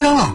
啊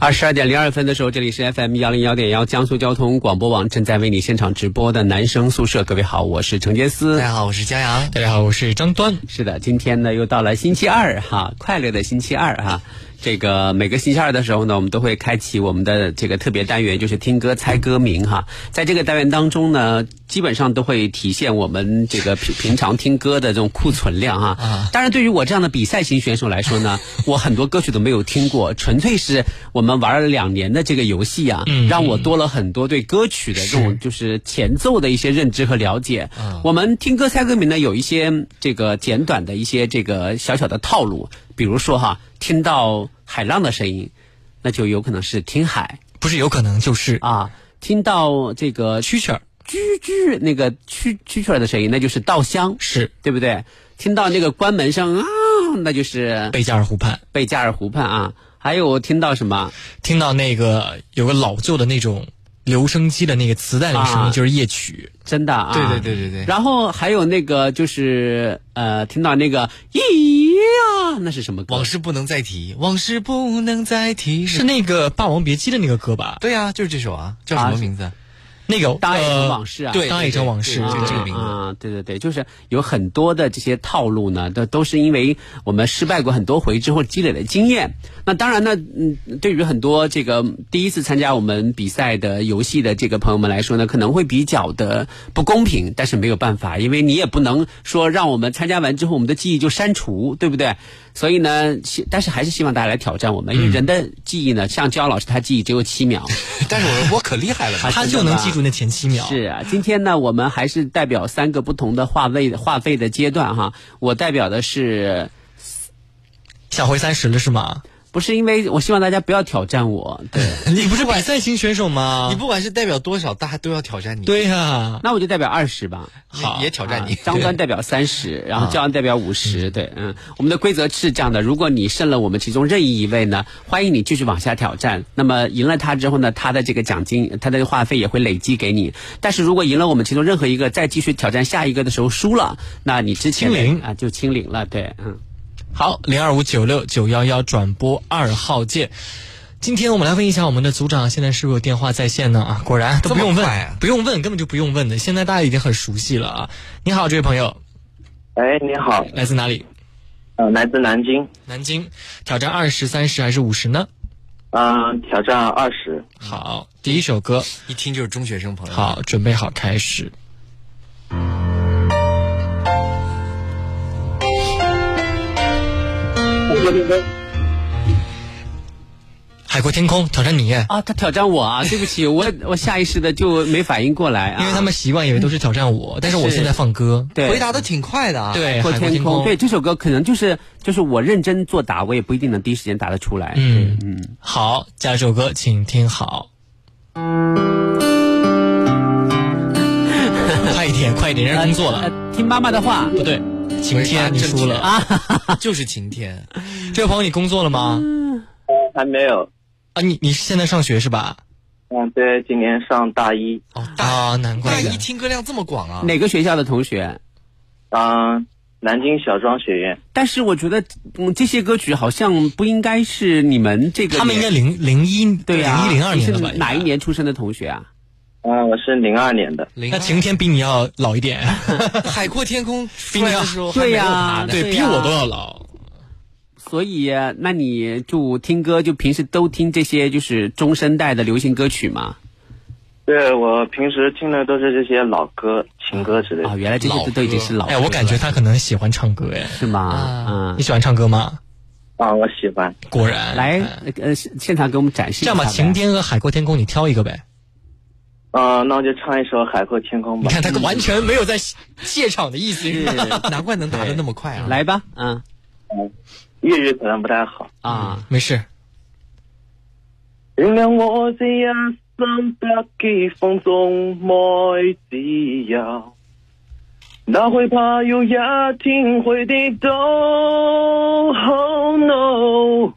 二十二点零二分的时候，这里是 FM 幺零幺点幺江苏交通广播网正在为你现场直播的男生宿舍。各位好，我是程杰思。大家好，我是江阳。大家好，我是张端。是的，今天呢又到了星期二哈，快乐的星期二哈。这个每个星期二的时候呢，我们都会开启我们的这个特别单元，就是听歌猜歌名哈。在这个单元当中呢，基本上都会体现我们这个平平常听歌的这种库存量哈。当然，对于我这样的比赛型选手来说呢，我很多歌曲都没有听过，纯粹是我们玩了两年的这个游戏啊，让我多了很多对歌曲的这种就是前奏的一些认知和了解。我们听歌猜歌名呢，有一些这个简短的一些这个小小的套路。比如说哈，听到海浪的声音，那就有可能是听海，不是有可能就是啊。听到这个蛐蛐儿蛐蛐那个蛐蛐蛐儿的声音，那就是稻香，是对不对？听到那个关门声啊，那就是贝加尔湖畔，贝加尔湖畔啊。还有听到什么？听到那个有个老旧的那种留声机的那个磁带的声音，啊就是夜曲。真的啊，对对对对对然后还有那个就是呃，听到那个咦呀，那是什么歌？往事不能再提，往事不能再提。是那个《霸王别姬》的那个歌吧？对呀，就是这首啊，叫什么名字？那个当爱成呃往事啊对，当爱成往事对对啊这个名字。啊，对对对，就是有很多的这些套路呢，都都是因为我们失败过很多回之后积累的经验。那当然呢，嗯，对于很多这个第一次参加我们比赛的游戏的这个朋友们来说呢，可能会比较的不公平，但是没有办法，因为你也不能说让我们参加完之后我们的记忆就删除，对不对？所以呢，希但是还是希望大家来挑战我们，因嗯为人的记忆呢，像焦老师他记忆只有七秒。 但是我我可厉害 了，他就能记住那前七秒。是啊，今天呢，我们还是代表三个不同的话位话费的阶段哈。我代表的是，小回三十了是吗？不是因为我希望大家不要挑战我，对，你不是比赛型选手吗你？不管是代表多少，大家都要挑战你，对啊呀、那我就代表二十吧。也，也挑战你啊。张 端代表三十，然后焦阳代表五十、对，嗯，我们的规则是这样的：如果你胜了我们其中任意一位呢，欢迎你继续往下挑战。那么赢了他之后呢，他的这个奖金，他的话费也会累积给你。但是如果赢了我们其中任何一个，再继续挑战下一个的时候输了，那你之前的清零啊就清零了，对，嗯。好，零二五九六九幺幺转播二号键。今天我们来问一下我们的组长，现在是不是有电话在线呢？啊，果然都不用问，这么快啊不用问，根本就不用问的。现在大家已经很熟悉了啊。你好，这位朋友，哎，你好，来自哪里？呃，来自南京，南京，挑战二十、三十还是五十呢？嗯、挑战二十，好，第一首歌，一听就是中学生朋友。，好，准备好开始。海阔天空，挑战你耶。啊，他挑战我啊！对不 起，我我下意识的就没反应过来啊。因为他们习惯以为都是挑战我，啊但是我现在放歌，对回答的挺快的啊。，对，破海阔天空，对，这首歌可能就是就是我认真作答，我也不一定能第一时间答得出来。嗯嗯，好，下一首歌，请听 好。快一点，快一点，人家工作了，呃听妈妈的话，不对，晴天，你输了。啊， 就是晴天。这位朋友，你工作了吗？还没有，啊，你你是现在上学是吧？嗯、对，今年上大一，哦，大啊，难大怪一的。听歌量这么 广啊。哪个学校的同学？嗯、南京小庄学院，但是我觉得，嗯，这些歌曲好像不应该是你们这个他们应该年零零一对呀、零一零二你年是的吧？哪一？年出生的同学啊？嗯、我是零二年的，零那晴天比你要老一点， 海阔天空出来的时候还对没有呀他呢。对对比呀我都要老。所以，呃那你就听歌，就平时都听这些就是中生代的流行歌曲嘛？对我平时听的都是这些老歌、情歌之类的，啊，原来这些都都已经是老歌哎，我感觉他可能喜欢唱歌，哎，是吗？啊嗯，你喜欢唱歌吗？啊，我喜欢，果然，来哎，呃，现场给我们展示一这下样吧，呗晴天和海阔天空，你挑一个呗。嗯、那我就唱一首《海阔天空》你吧，看他完全没有在怯场的意思， 是吧难怪能答的那么快啊！来吧，嗯粤语嗯可啊能不太好。啊，没事，原谅我这一能不記放縱愛自由，哪會怕有一天會跌倒？Oh no，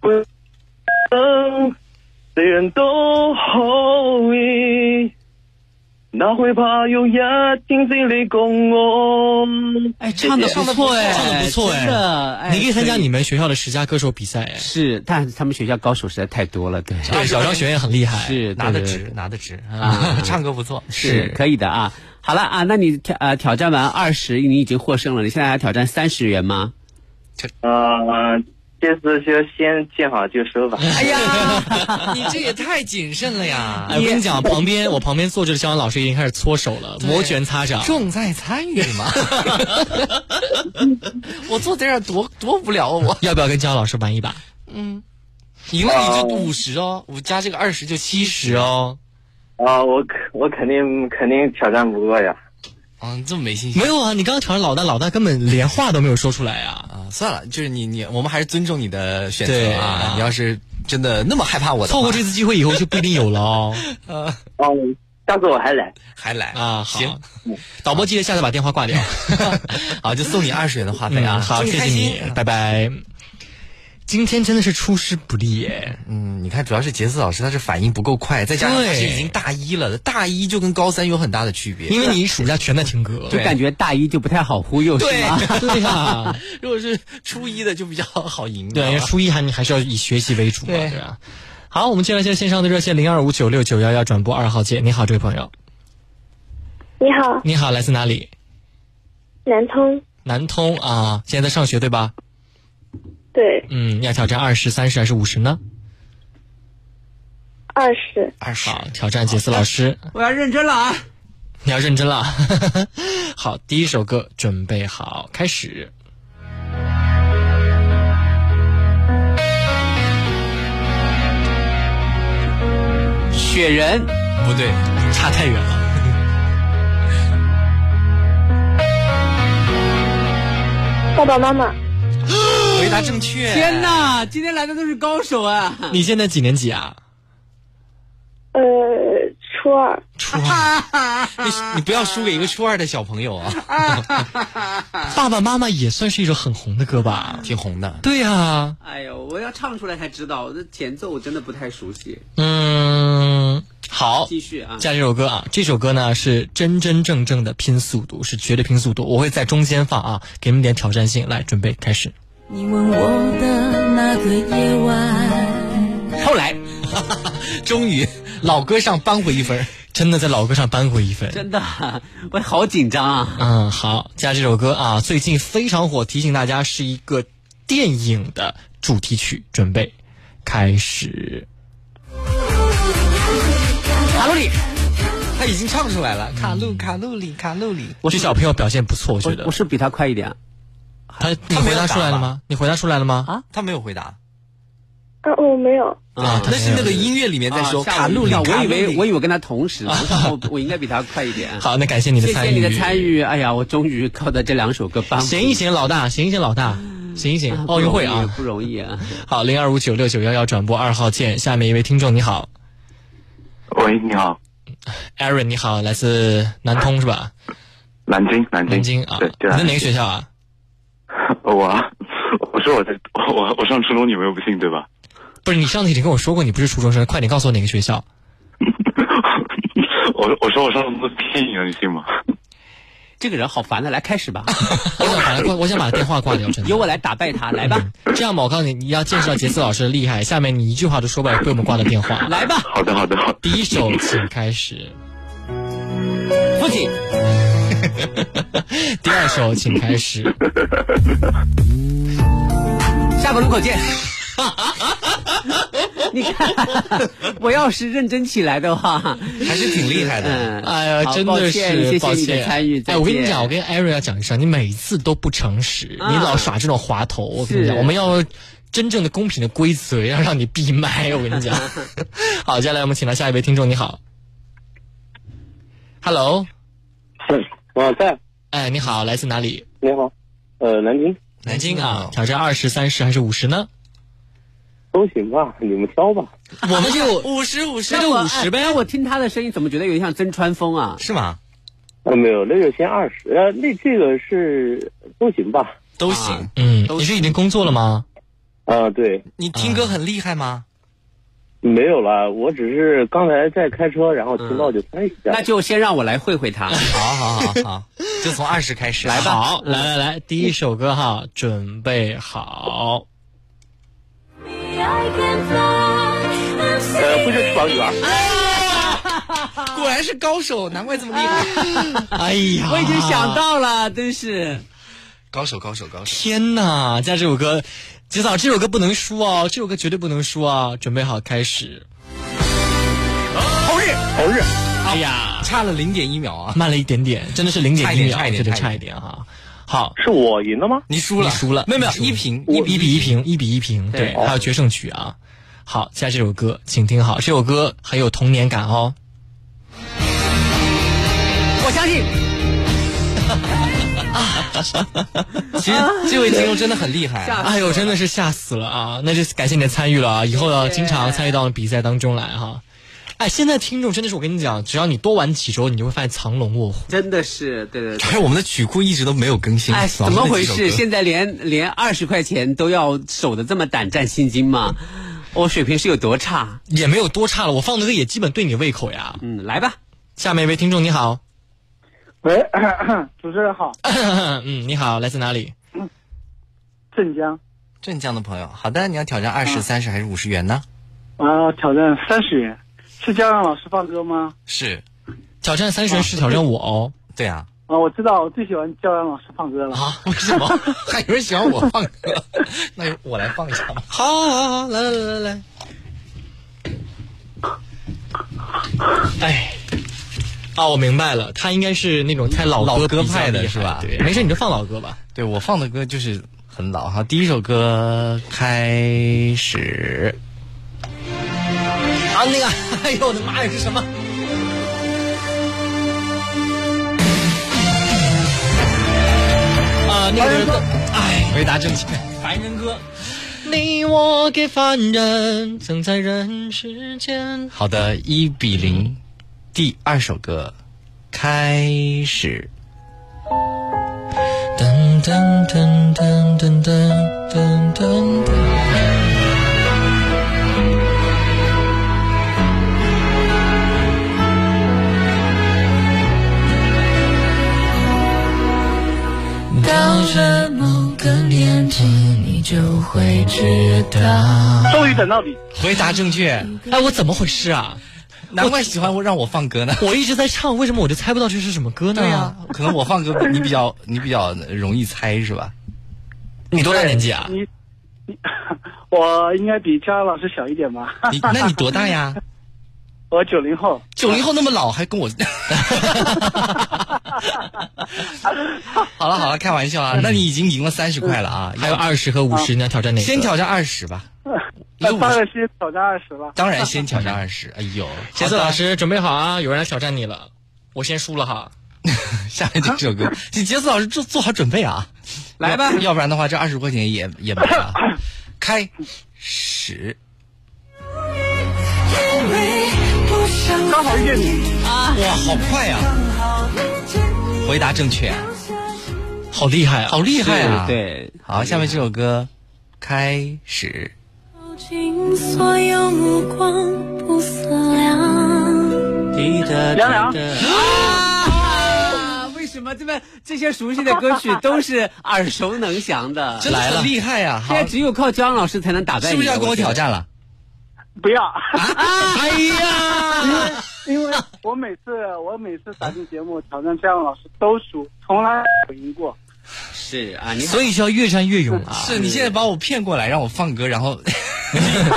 會等誰人都可以，哪會怕有一天只你共我？哎，唱的不错哎，唱的不错真的哎，哎，你可以参加所你们学校的十佳歌手比赛哎，是，但他们学校高手实在太多了，对，对，小张学院很厉害，是拿对得对直，拿得直啊，唱歌不错，是可以的啊。好了啊，那你挑呃挑战完二十，你已经获胜了，你现在还挑战三十元吗？呃，这次就先见好就收吧。哎呀，你这也太谨慎了呀，哎，我跟你讲，旁边我旁边坐着的肖阳老师已经开始搓手了，摩拳擦掌。重在参与 嘛。我坐在这儿多多无聊啊！我要不要跟肖阳老师玩一把？赢了你就五十哦，我加这个二十就七十是哦。哦，啊，我肯我肯定肯定挑战不过呀。嗯，这么没信心没有啊，你刚刚挑战老大，老大根本连话都没有说出来啊。啊？算了，就是你你，我们还是尊重你的选择对啊。你要是真的那么害怕我的话，错过这次机会以后就不一定有了哦。 哦，下次我还来。还来啊，好行，导播记得下次把电话挂 掉。好，就送你二十元的话费嗯，啊。好，祝谢开谢心你，拜拜。今天真的是出师不利耶，嗯，你看，主要是杰斯老师他是反应不够快，再加上对他是已经大一了，大一就跟高三有很大的区别。因为你暑假全在听 歌。就感觉大一就不太好忽悠，是对吗？对呀， 如果是初一的就比较好赢，啊对，因为好吧初一还你还是要以学习为主嘛，对对吧？好，我们接下来现线上的热线零二五九六九幺幺转播二号键。你好，这位朋友，你好，你好，来自哪里？南通，南通啊，现在在上学对吧？对，嗯，要挑战二十三十还是五十呢？二十，二十好，挑战杰斯老师，我要认真了啊！你要认真了。 好，第一首歌准备好，开始。雪人，不对，差太远了。爸爸妈妈，回答正确。天哪，今天来的都是高手啊！ 你现在几年级啊？呃，初二，初二。你你不要输给一个初二的小朋友 啊，爸爸妈妈也算是一首很红的歌吧？挺红的。对啊，哎呦，我要唱出来才知道，我的前奏我真的不太熟悉。嗯，好。继续啊，下这首歌啊，这首歌呢是真真正正的拼速度，是绝对拼速度。我会在中间放啊，给你们点挑战性。来，准备开始。你吻我的那个夜晚，后来终于老歌上扳回一分儿，真的在老歌上扳回一分。真的， 我好紧张啊！嗯，好，加这首歌啊，最近非常火，提醒大家是一个电影的主题曲，准备开始。卡路里，他已经唱出来了。卡路卡路里卡路里，我这小朋友表现不错，我觉我得我。是不是比他快一点啊。他你他没回有答打出来了吧吗？你回答出来了吗？啊他没有回答，啊，我没有，啊，他那是没有那个音乐里面在说啊吓我卡路里一跳，我卡以路为里我以为跟他同 时呢，我想我我应该比他快一点。好，那感谢你的谢参谢与，你的参。与，哎呀，我终于靠到这两首歌帮。醒一醒，老大，醒一醒，老大，醒一醒，哦奥运会啊！不容易啊！好，零二五九六九幺幺转播二号键，下面一位听众你好喂，你好， ，Aaron 你好，来自南通是吧？南京，南京，南京啊，对你对在啊，哪个学校啊？ 我啊， 我说我在， 我我上初中，你们又不信对吧？ 不是，你上次已经跟我说过你不是初中生，快点告诉我哪个学 校。我我说我上初中骗你了，你信吗？ 这个人好烦的，来开始吧， 我想把他挂，我想把电话挂掉，真的由。我来打败他，来吧，这样吧，我告诉你，你要见识到杰斯老师的厉害。下面你一句话都说不了，被我们挂了电话。 来吧，好的，好的，好的。第一首，请开始；父亲，第二首，请开始。下个路口见。 你看，我要是认真起来的话，还是挺厉害的。嗯， 哎呀，好真抱的歉是谢抱谢歉你的参与。哎，我跟你讲，我跟跟艾瑞要讲一声，你每次都不诚实，啊你老耍这种滑头。我跟你讲，是我们要真正的公平的规则，要让你闭麦。我跟你 讲，好，接下来我们请来下一位听众，你好，Hello， 我在，哎，你好，来自哪里？你好，呃，南京，嗯南京啊，挑战二十三十还是五十呢？都行吧，你们挑吧。我们 就五十五十那就五十哎，呗，我听他的声音，怎么觉得有点像曾川枫啊？是吗？呃，没有，那个先二十，呃，那这个是都行吧？都行。嗯，都你是已经工作了吗？啊，对，啊你听歌很厉害吗？没有啦，我只是刚才在开车，然后嗯听到就参与一下。那就先让我来会会 他。好好好好，就从二十开始。来吧好，来来来，第一首歌哈，准 备好。呃，不是双语啊，果然是高手，难怪这么厉害。哎呀，我已经想到了，真是。高手，高手，高手！天呐，加这首歌，杰嫂，这首歌不能输哦，这首歌绝对不能输啊！准备好，开始。同日，哎呀，差了零点一秒啊！慢了一点点，真的是零差点一一点秒，差一点这就差差一一点哈。好，是我赢了吗？你输了，你输了没有没有你，输了一平一一比比一平，一比一平，对对，还有决胜曲啊。好，下这首歌，请听好，这首歌很有童年感哦。我相信其实这位听众真的很厉害，啊哎呦，真的是吓死了啊！那就感谢你的参与了啊，以后要经常参与到比赛当中来哈。哎，现在听众真的是我跟你讲，只要你多玩几周，你就会发现藏龙卧虎。真的是对对对。还有哎我们的曲库一直都没有更新哎，怎么回事？现现在连连二十块钱都要守的这么胆战心惊吗？我水平是有多差？也没有多差了，我放的歌也基本对你胃口呀。嗯，来吧，下面一位听众你好， 喂， 主持人好，嗯，你好，来自哪里？镇江镇江的朋友，好的，你要挑战二十、三十还是五十元呢？啊，挑战三十元，是家让老师放歌吗？是，挑战三十元是挑战我哦。对啊。啊，我知道，我最喜欢教让老师放歌了。啊？为 什么？还有人喜欢我放歌？那我来放一下吧。 好，好，好，来来来来来。哎，啊，我明白了，他应该是那种太老老歌歌比较派的厉害是吧对，没事，你就放老歌吧。对我放的歌就是很老哈，第一首歌开始。啊， 那个，哎呦我的妈呀，是什么？啊，那个歌，哎，回答正确。凡人歌。你我给凡人，曾在人世间。好的，一比零，第二首歌开始。噔噔噔噔噔噔噔噔噔。到了某个年纪，你就会知道。终于等到你，回答正确，哎，我怎么回事啊？难怪喜欢我让我放歌呢。我一直在唱，为什么我就猜不到这是什么歌呢？对呀、可能我放歌你比较 你比较容易猜是吧？你多大年纪啊？你你，我应该比教让老师小一点吧？ 你那你多大呀？我九零后，九零后那么老 还跟我， 好了好了，开玩笑啊！那你已经赢了三十块了啊，还有二十和五十，你要挑战哪个？先挑战二 十吧，那五大十概是挑战二十吧。当然先挑战二十。哎呦，杰杰森森老，师准备 好啊，有人来挑战你了。我先输了哈。 下面这首 歌，请杰森老师做做好准备啊，来吧要要不然的话这二十块钱也也没了。开始，刚好遇见你，哇，好快呀、回答正确，啊好厉害啊！好厉害啊！是，对，好，下面这首歌开始。耗尽所有目光不思量，滴答凉凉滴答啊！为什么这么这些熟悉的歌曲都是耳熟能详的？真的很厉害啊呀、现好在，只有靠姜老师才能打败你，是不是要跟我觉得挑？战了？不要，哎呀，因为我每次我每次打进节目挑战教让老师都输，从来没有赢过。是啊，你所以就要越战越勇啊！是你现在把我骗过来，让我放歌，然后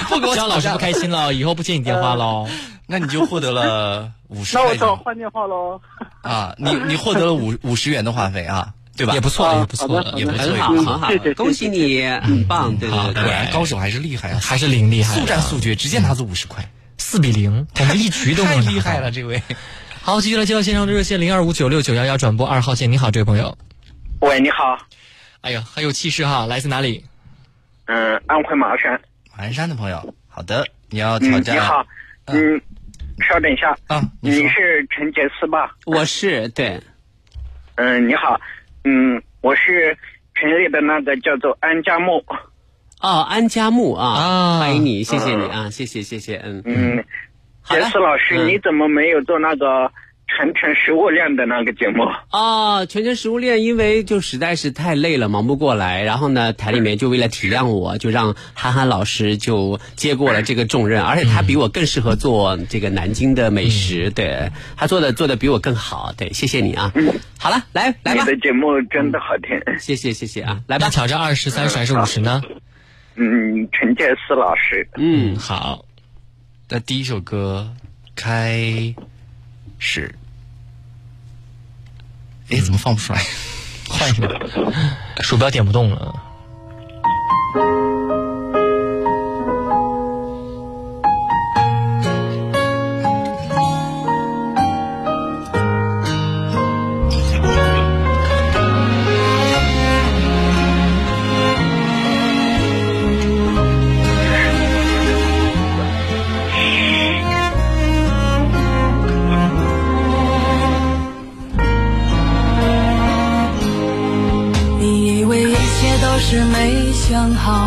不给我呃姜老师不开心了，以后不接你电话喽。那你就获得了五 十那我块只好钱换电话喽。啊！你你获得了五五十元的话费啊，对吧？也不错了，也不错好了，的也不好的错很也好不很错。好，谢谢恭喜你，很棒，对啊，对果对。然高手还是厉害啊，还是零厉害的，速战速决，直接拿走五十块，四比零，我们一局都没太有厉拿害到了，。这位。好，继续来接到线上的热线零二五九六九幺幺转播二号线。你好，这位朋友。喂，你好，哎呀，很有气势哈！来自哪里？呃嗯，安徽马鞍山，鞍山的朋友，好的，你要挑战嗯你啊好，嗯，稍等一下，啊？你你说是陈杰斯吧？我是对，嗯，你好，嗯，我是陈列的那个叫做安家木，哦，安家木啊，啊欢迎你，谢谢你啊，谢谢谢谢，嗯，嗯，好杰嘞斯老师，嗯你怎么没有做那个传承食物链的那个节目？啊，全程食物链，因为就实在是太累了，忙不过来。然后呢，台里面就为了体谅我，就让憨憨老师就接过了这个重嗯任，而且他比我更适合做这个南京的美嗯食，对他做的做的比我更好，对，谢谢你啊。嗯好了，来来你吧的，节目真的好听，谢谢谢谢啊，来那吧，挑战二十、三十还是五十呢？嗯，陈杰斯老师，嗯，好，的第一首歌开始。哎，怎么放不 出来？换一首，鼠嗯标点不动了。你以为一切都是没想好，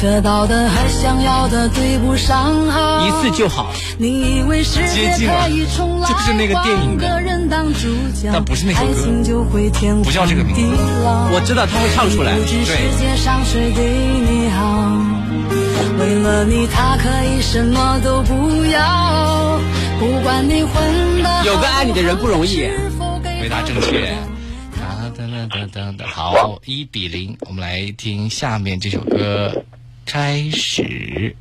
得到的和想要的对不上号。一次就好，你以为世界接近了可以重来，就是那个电影的换个人当主角，但不是那首歌爱情就会天荒不叫这个名字地老我知道他会唱出来不，知世界上谁对你好，为了你他可以什么都不要，不管你混的有个爱你的人不容易回答正确哒哒哒哒哒哒，好，一比零。我们来听下面这首歌，开始。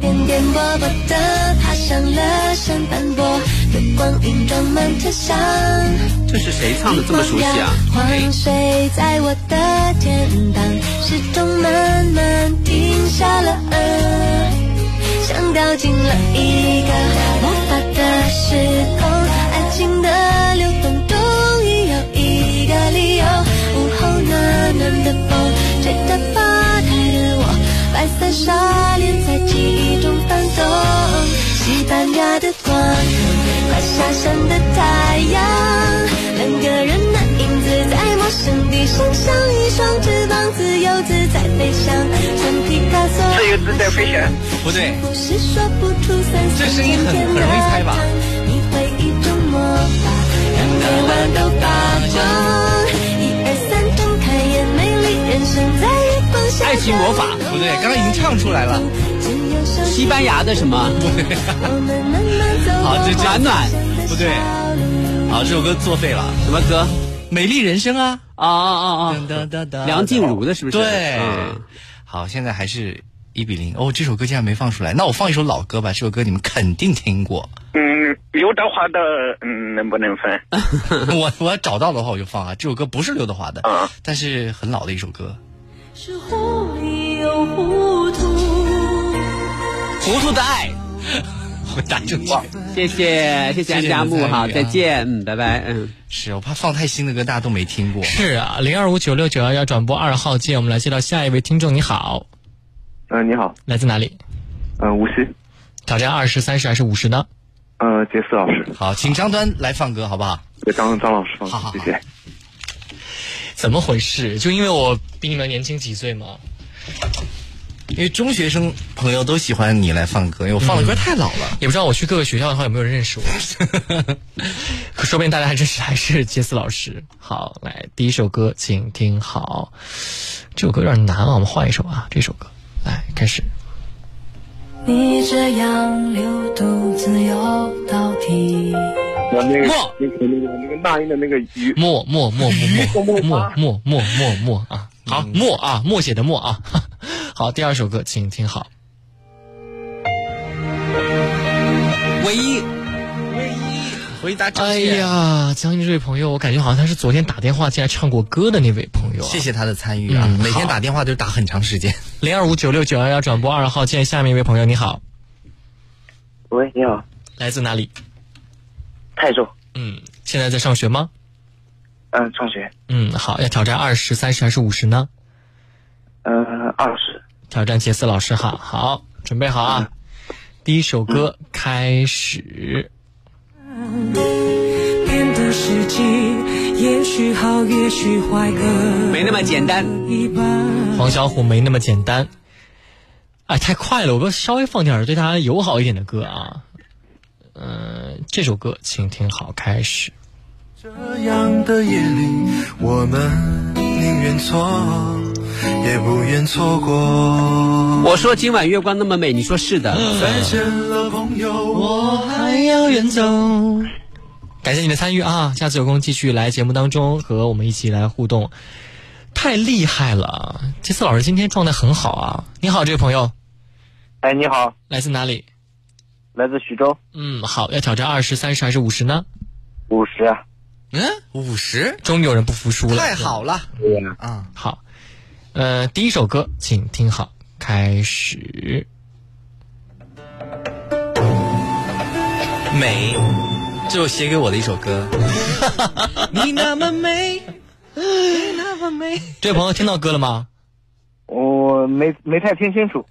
颠颠簸簸的爬上了山，斑驳的光影装满车厢。这是谁唱的这么熟悉啊？黄水在我的肩膀，时钟慢慢停下了耳，像掉进了一个魔法的时空，爱情的流动终于有一个理由。午后暖暖的风吹着发呆的我，白色纱帘在记忆中翻动，西班牙的光和快下山的太阳，两个人的影子在陌生地上像一双翅膀，自由自在飞翔，像皮卡索。自由自在飞翔。不对，故事说不出三这声音很天很容易猜吧？你会一种魔法，让夜晚都发光。一二三，睁开眼，美丽人生在月光下。爱情魔法不对刚刚已经唱出来了。西班牙的什么？好好这这暖暖不对好，这首歌作废了，什么歌？ 《美丽人生》啊，啊啊啊哒哒哒啊！梁静茹的是不是？对嗯，好，现在还是一比零。哦，这首歌竟然没放出来，那我放一首老歌吧，这首歌你们肯定听过。嗯，刘德华的，嗯，能不能分？啊我我要找到的话我就放啊，这首歌不是刘德华的嗯，但是很老的一首歌。是糊里又糊涂。糊涂的爱。回答正确。谢谢谢谢安家木哈，谢谢再见，嗯，你的参与啊拜拜，嗯，是我怕放太新的歌大家都没听过。是啊，零二五九六九幺幺转播二号键，我们来接到下一位听众。你好，嗯、你好，来自哪里？嗯、无锡，挑战二十、三十还是五十呢？嗯、杰斯老师，好，请张端来放歌好不好？对张张老师放好好好心，谢谢。怎么回事？就因为我比你们年轻几岁吗？因为中学生朋友都喜欢你来放歌，因为我放的歌太老了。也不知道我去各个学校的话有没有人认识我， 可说不定大家还真是还是杰斯老师。好，来第一首歌，请听好，这首歌有点难啊，我们换一首啊，这首歌，来开始。你这样流独自游到底。我那个莫那个那个那个那英的那个鱼，默默默默默默默默默默啊，好默啊，默写的默啊。 好，第二首歌，请听好。唯一回答正哎确。呀，将军这位朋友，我感觉好像他是昨天打电话进来唱过歌的那位朋友、啊。谢谢他的参与啊！嗯每天好打电话都打很长时间。零二五九六九幺幺转播二号键，下面一位朋友，你好，喂，你好，来自哪里？泰州，嗯，现在在上学吗？嗯，上学，嗯，好，要挑战二十、三十还是五十呢？呃，二十。挑战杰斯老师哈，好，准备好啊！嗯第一首歌开始。变得实际，也许好，也许坏，各没那么简单。一半。黄小琥没那么简单。哎，太快了，我们稍微放点儿对他友好一点的歌啊。嗯、这首歌请听好，开始。这样的夜里，我们宁愿错，也不愿错过。我说今晚月光那么美，你说是的。嗯再见了，朋友，我还要远走。感谢你的参与啊！下次有空继续来节目当中和我们一起来互动。太厉害了，杰斯老师今天状态很好啊！你好，这位朋友，哎，你好，来自哪里？来自徐州，嗯，好，要挑战二十、三十还是五十呢？五十。啊嗯，五十，终于有人不服输了。太好了，对呀、啊，好，呃，第一首歌，请听好，开始。美，这是我写给我的一首 歌。你那么美，你那么美。这位朋友听到歌了 吗？我没没太听清楚。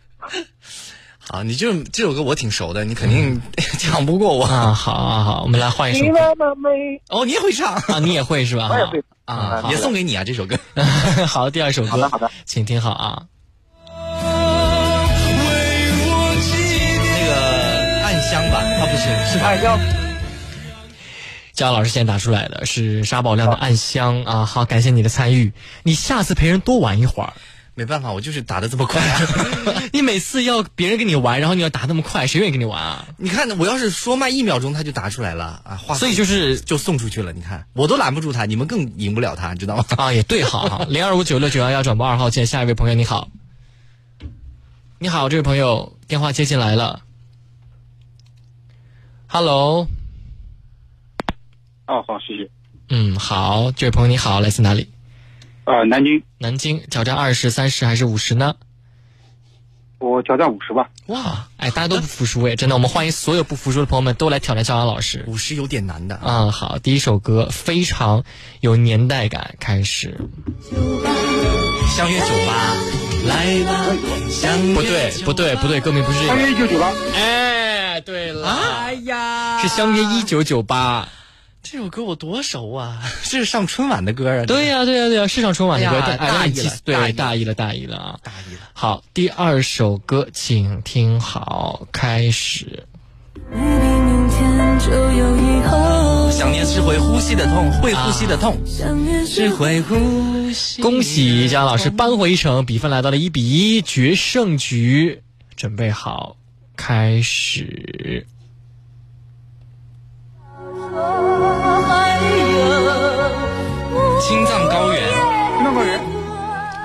好，你这这首歌我挺熟的，你肯定 抢不过我。啊，好啊，好，我们来换一首你歌。那么美，哦，你也会唱啊？你也会是吧？我也会啊，好 也送给你啊这首歌。 好，第二首歌。好的，好的，请听好啊。那个暗香吧，啊不是，是暗香。姜老师现在打出来的是沙宝亮的《暗香》啊，好，感谢你的参与。你下次陪人多玩一会儿， 没办法，我就是打的这么 快。你每次要别人跟你玩，然后你要打那么快，谁愿意跟你玩啊？你看，我要是说慢一秒钟，他就答出来了啊，话所以就是就送出去了。你看，我都拦不住他，你们更赢不了他，你知道吗？啊，也对，好好，零二五九六九幺幺转播二号键，下一位朋友你好，你好，这位朋友电话接进来了，Hello，哦，好，谢谢。嗯，好，这位朋友你好，来自哪里？呃，南京，南京，挑战二十三十还是五十呢？我挑战五十吧。哇，哎，大家都不服输哎，真的，我们欢迎所有不服输的朋友们都来挑战肖阳老师。五十有点难的啊。啊、好，第一首歌非常有年代感，开始。哎相约酒吧，来吧，相约不对，不对，不对，歌名不是这个，一九九八，哎，对了，哎呀，是相约一九九八。这首歌我多熟啊！ 这是上春晚的歌啊！对呀、对呀、对呀、是上春晚的歌，哎呀但哎大意了你记大意了对，大意了，大意了啊！大意了。好，第二首歌，请听好，开始。明天就有以后，想念是会呼吸的痛，会呼吸的痛，想念是会呼吸恭喜姜老师扳回一城，比分来到了一比一，决胜局。准备好，开始。青藏高原，那个人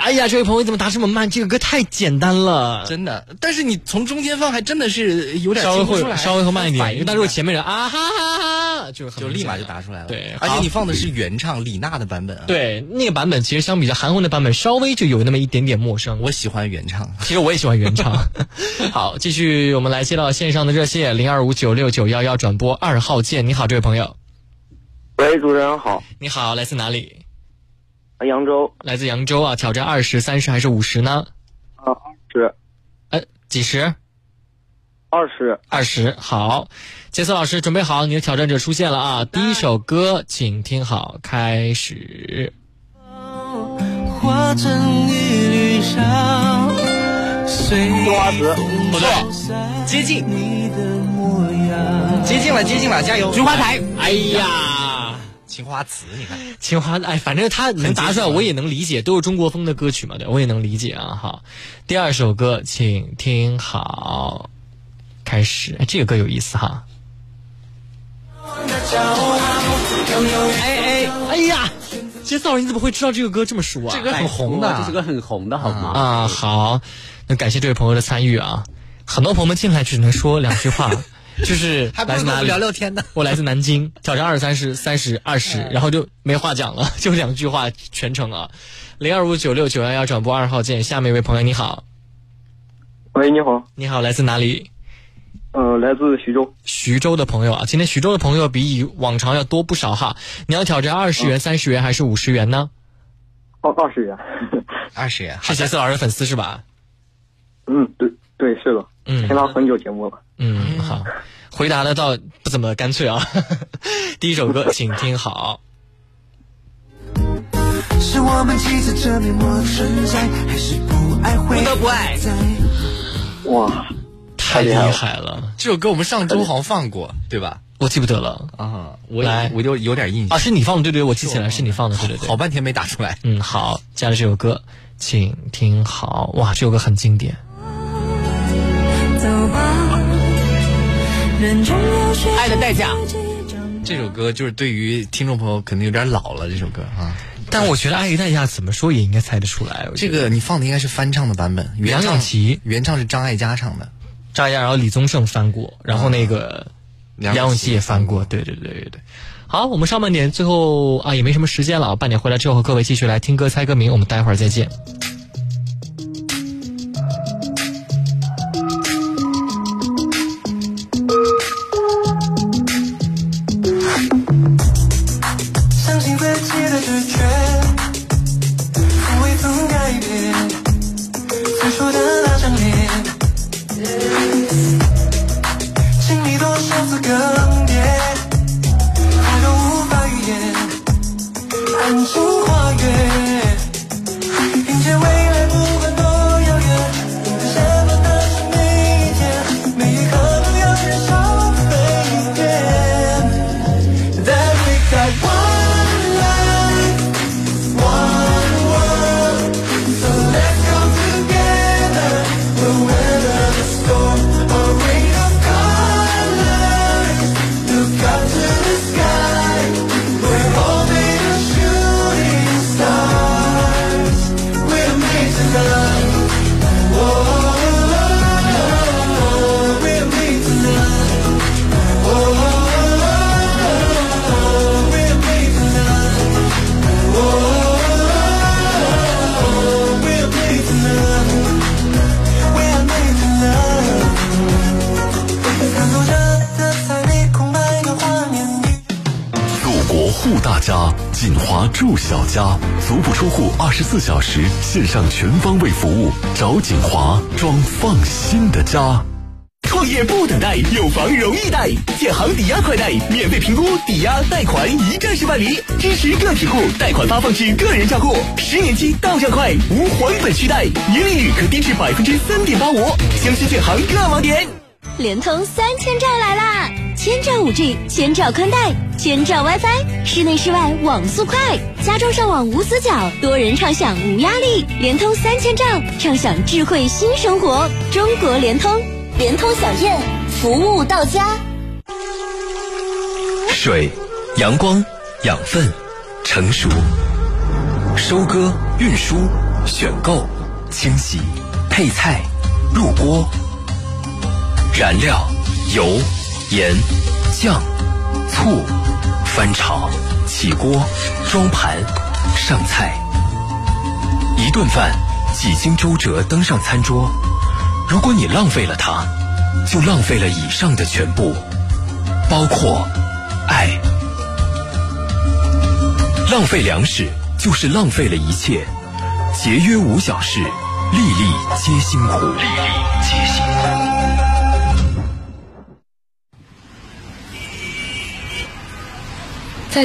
哎呀，这位朋友你怎么答这么慢？这个歌太简单了。真的。但是你从中间放，还真的是有点稍微听不出来会稍微会慢一点，反因应为当时我前面人啊哈哈哈哈，就很嗯就立马就答出来了。对，而且好你放的是原唱李娜的版本啊。，对那个版本其实相比较韩红的版本，稍微就有那么一点点陌生。我喜欢原唱。其实我也喜欢原唱。好，继续我们来接到线上的热线零二五九六九幺幺转播二号键。你好，这位朋友，喂，主持人好，啊你好，来自哪里？扬州来自扬州啊，挑战二十、三十还是五十呢？啊，二十，呃，几十？二十，二十。好，杰斯老师准备好，你的挑战者出现了啊！第一首歌，请听好，开始。化成一缕香，随风不错散接近你的模样。接近了，接近了，加油！菊花台，哎呀，青花瓷，你看，青花，哎，反正他能答出来，我也能理解，都是中国风的歌曲嘛，对，我也能理解啊。好，第二首歌，请听好，开始。哎，这个歌有意思哈。哎哎哎呀，杰斯老师，你怎么会知道这个歌这么熟啊？这个歌很红的嗯这是个很红的，好吗？啊，好，那感谢这位朋友的参与啊。很多朋友们进来只能说两句话，就是还不来如自跟哪我里？聊聊哦天呢。我来自南京，挑战二三十、三十、二十，然后就没话讲了， 就两句话全程啊。零二五九六九幺幺转播二号键，下面一位朋友你好，喂，你好，你好，来自哪里？呃，来自徐州，徐州的朋友啊，今天徐州的朋友比以往常要多嗯不少哈。你要挑战二十元、三十元还是五十元呢？二二十元，二十元，是杰斯老师的粉丝是吧？嗯，对对，是的，嗯，听了很久节目了，嗯，好，回答的倒不怎么干脆啊。 第一首歌，请听好。是我们记着证明我存在，还是不爱会？我都不爱。哇，太厉害了！这首歌我们上周好像放过，对吧？我记不得了啊，我也我就有点印象啊，是你放的对对，我记起来是你放的对对对，好半天没打出来。嗯，好，接下来这首歌，请听好，哇，这首歌很经典。走吧，人终要学爱的代价。这首歌就是对于听众朋友可能有点老了，这首歌啊。但我觉得《爱与代价》怎么说也应该猜得出来。这个你放的应该是翻唱的版本，原梁咏唱琪原唱是张艾嘉唱的，张艾嘉，然后李宗盛翻过，然后那个啊梁梁咏咏琪嗯琪也翻过，对对对对对。好，我们上半点最后啊也没什么时间了，半点回来之后和各位继续来听歌猜歌名，我们待会儿再见。相信自己的直觉，从未曾改变。最初的那张脸，经历多少次更迭，爱都无法预言，暗中跨越，迎接未来不管多遥远，什么都是每一天，每一刻都要至少飞一遍。that we got one life, one world. So let's come together, we'll weather the storm. A ring of colors, look up to the sky. We're all made of shooting stars. We're made to love. Oh, oh, oh, oh, we're made to love. Oh, oh, oh. We're 祖国护大家，锦华住小家，足不出户，二十四小时线上全方位服务，找锦华装放心的家。创业不等待，有房容易贷，建行抵押快贷，免费评估，抵押贷款一站式办理，支持个体户，贷款发放至个人账户，十年期到账快，无还本续贷，年利率可低至百分之三点八五。湘西建行各网点。联通三千兆来啦！千兆 5G，千兆宽带，千兆 WiFi，室内室外网速快，家中上网无死角，多人畅享无压力。联通三千兆，畅享智慧新生活。中国联通，联通小燕，服务到家。水、阳光、养分、成熟、收割、运输、选购、清洗、配菜、入锅、燃料、油、盐、酱、醋、翻炒、起锅、装盘、上菜。一顿饭几经周折登上餐桌，如果你浪费了它，就浪费了以上的全部，包括。爱。浪费粮食就是浪费了一切，节约无小事，粒粒皆辛苦。粒粒皆辛苦。再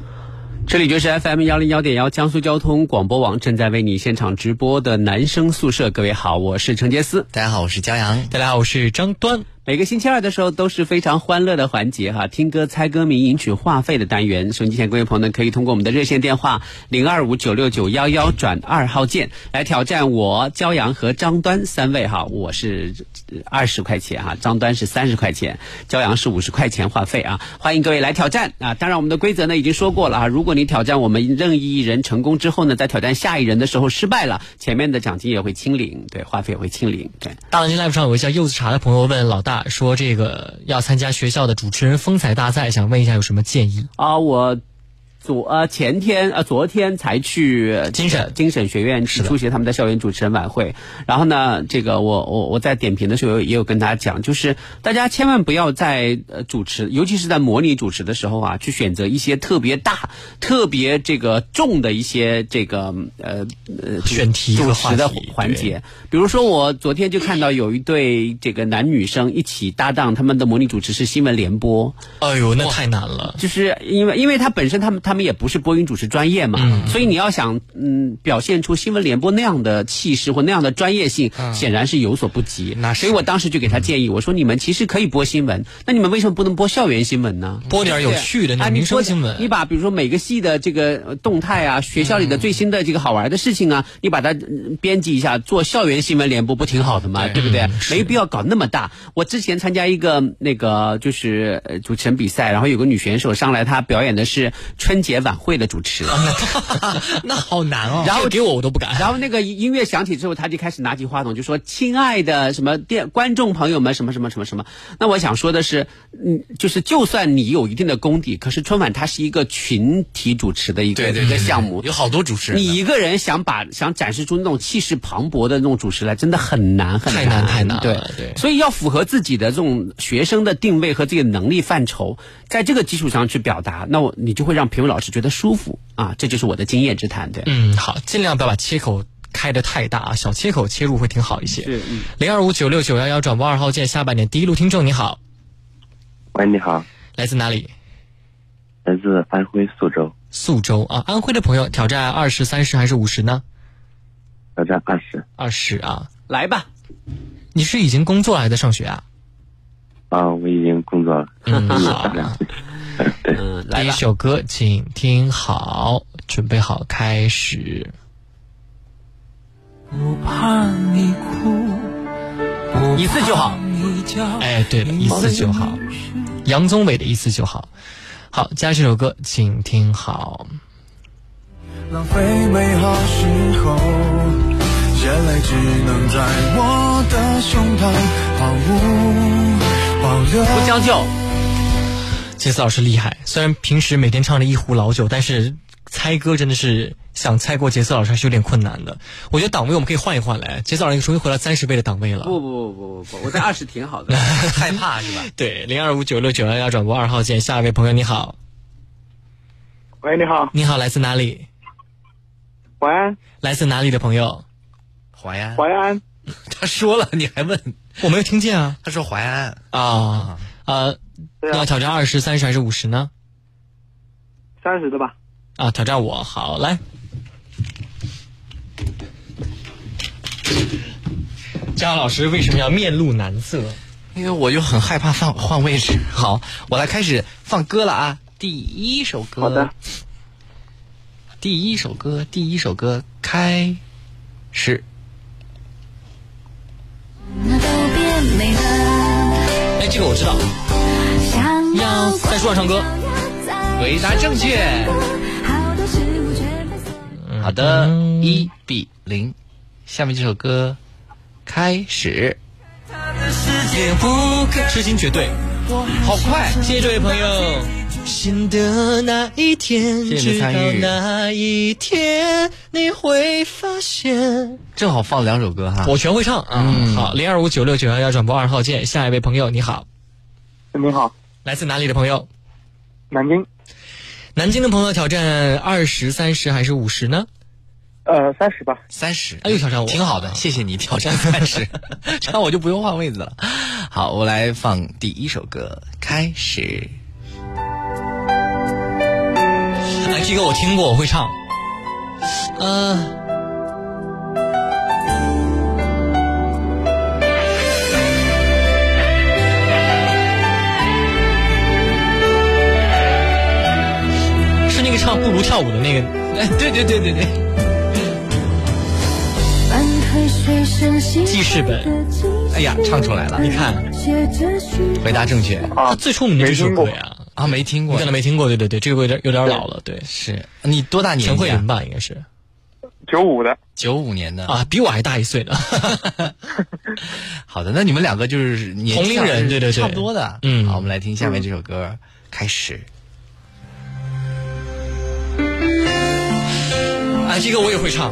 这里就是 FM 幺零幺点幺江苏交通广播网正在为你现场直播的男生宿舍，各位好，我是陈杰斯，大家好，我是骄阳，大家好，我是张端。每个星期二的时候都是非常欢乐的环节哈，听歌猜歌名赢取话费的单元。收音机前各位朋友呢，可以通过我们的热线电话零二五九六九幺幺转二号键来挑战我、骄阳和张端三位哈。我是二十块钱哈，张端是三十块钱，骄阳是五十块钱话费啊。欢迎各位来挑战啊！当然我们的规则呢已经说过了啊，如果你挑战我们任意一人成功之后呢，在挑战下一人的时候失败了，前面的奖金也会清零，对，话费也会清零，对。大南京 live 上有一个叫柚子茶的朋友问老大说：“这个要参加学校的主持人风采大赛，想问一下有什么建议啊？”我昨呃前天呃昨天才去精神精神学院去出席他们的校园主持人晚会，然后呢，这个我我我在点评的时候也有跟大家讲，就是大家千万不要在呃主持，尤其是在模拟主持的时候啊，去选择一些特别大、特别这个重的一些这个呃呃选题主和持的话题环节。比如说，我昨天就看到有一对这个男女生一起搭档，他们的模拟主持是新闻联播。哎呦，那太难了。就是因为因为他本身他们他们也不是播音主持专业嘛，所以你要想嗯表现出新闻联播那样的气势或那样的专业性，显然是有所不及。嗯那所以我当时就给他建议，我说你们其实可以播新闻，那你们为什么不能播校园新闻呢？播点有趣的那啊种你民生播点新闻你把比如说每个系的这个呃动态啊，学校里嗯的最新的这个好玩的事情啊，你把它嗯编辑一下，做校园新闻联播不挺好的吗？对不对？嗯没必要搞那么大。我之前参加一个那个就是呃主持人比赛，然后有个女选手上来，她表演的是春节晚会的主持。啊那好难哦。然后给我我都不敢。 然后那个音乐响起之后，他就开始拿起话筒就说：“亲爱的什么电观众朋友们，什么什么什么什么。”那我想说的是，嗯，就是就算你有一定的功底，可是春晚它是一个群体主持的一个对对对一个项目，有好多主持人呢你一个人想把想展示出那种气势磅礴的那种主持来，真的很难很太难难太难对了对所以要符合自己的这种学生的定位和自己的能力范畴，在这个基础上去表达，那我你就会让评委老师觉得舒服啊，这就是我的经验之谈，对。嗯，好，尽量不要把切口开的太大啊，小切口切入会挺好一些。是，嗯。零二五九六九幺幺转播二号键下半点第一路听众你好，喂，你好，来自哪里？来自安徽宿州，宿州啊，安徽的朋友挑战二十三十还是五十呢？挑战二十二十啊，来吧。你是已经工作了还是在上学 啊？啊，我已经工作了，嗯工作好了两嗯，第一首歌，请听好，准备好开始。不怕你哭，不一次就好怕你叫，哎，对了，一次就好。杨宗纬的一次就好。好，加这首歌，请听好。浪费美好时候，眼泪只能在我的胸膛毫无保留。不将就。杰斯老师厉害，虽然平时每天唱着一壶老酒，但是猜歌真的是想猜过杰斯老师还是有点困难的。我觉得档位我们可以换一换来，杰斯老师终于回到三十倍的档位了。不不不不不不，我在二十挺好 的，害怕是吧？对，零二五九六九幺幺转播二号键，下一位朋友你好，喂，你好，你好，来自哪里？淮安，来自哪里的朋友？淮安，淮安，他说了，你还问？我没有听见啊。他说淮安，啊，呃，要挑战二十、三十还是五十呢？三十的吧？啊，挑战我，好来。张老师为什么要面露难色？因为我就很害怕放换位置。好，我来开始放歌了啊！第一首歌，好的，第一首歌，第一首歌开始。那都变美了。哎，这个我知道。想要在树上唱歌。回答正确。好多事物却被好的，嗯一比零。下面这首歌开始。痴心绝对，好快！谢谢这位朋友。新的那一天谢谢你的参与直到那一天，你会发现。正好放两首歌哈。嗯我全会唱啊。好，零二五九六九幺幺转播二号键，下一位朋友你好，你好，来自哪里的朋友？南京，南京的朋友挑战二十、三十还是五十呢？呃，三十吧。三十，哎，又挑战我，挺好的，谢谢你挑战 三十，这样我就不用换位子了。好，我来放第一首歌，开始。哎，这个我听过，我会唱。呃，唱不如跳舞的那个，哎，对对对对对，半杯水深吸记事本，哎呀，唱出来了，你看，写着许回答正确，他最出名的这首歌呀，啊，没听过，你可能没听过，对对对，这个歌有点有点老了，对，是你多大年纪啊陈慧琳吧，应该是九五的，哦九五年的啊，比我还大一岁呢。好的，那你们两个就是年纪同龄人对对对差不多的，嗯好，我们来听下面这首歌，开始。哎，这个我也会唱。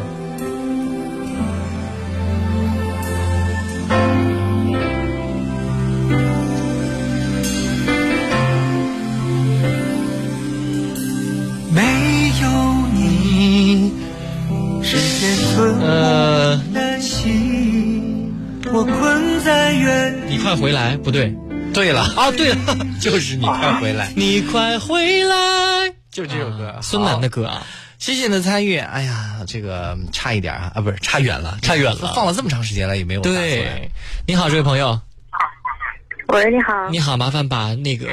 没有你，世界寸呃，步难行。我困在原地。你快回来，不对，对了啊，对了， 就是你快回来，你快回来，就这首歌，孙楠的歌啊，谢谢你的参与。哎呀，这个嗯差一点啊，啊，不是差远了，差远了放了这么长时间了也没有。对，你好，这位朋友，喂，你好。你好，麻烦把那个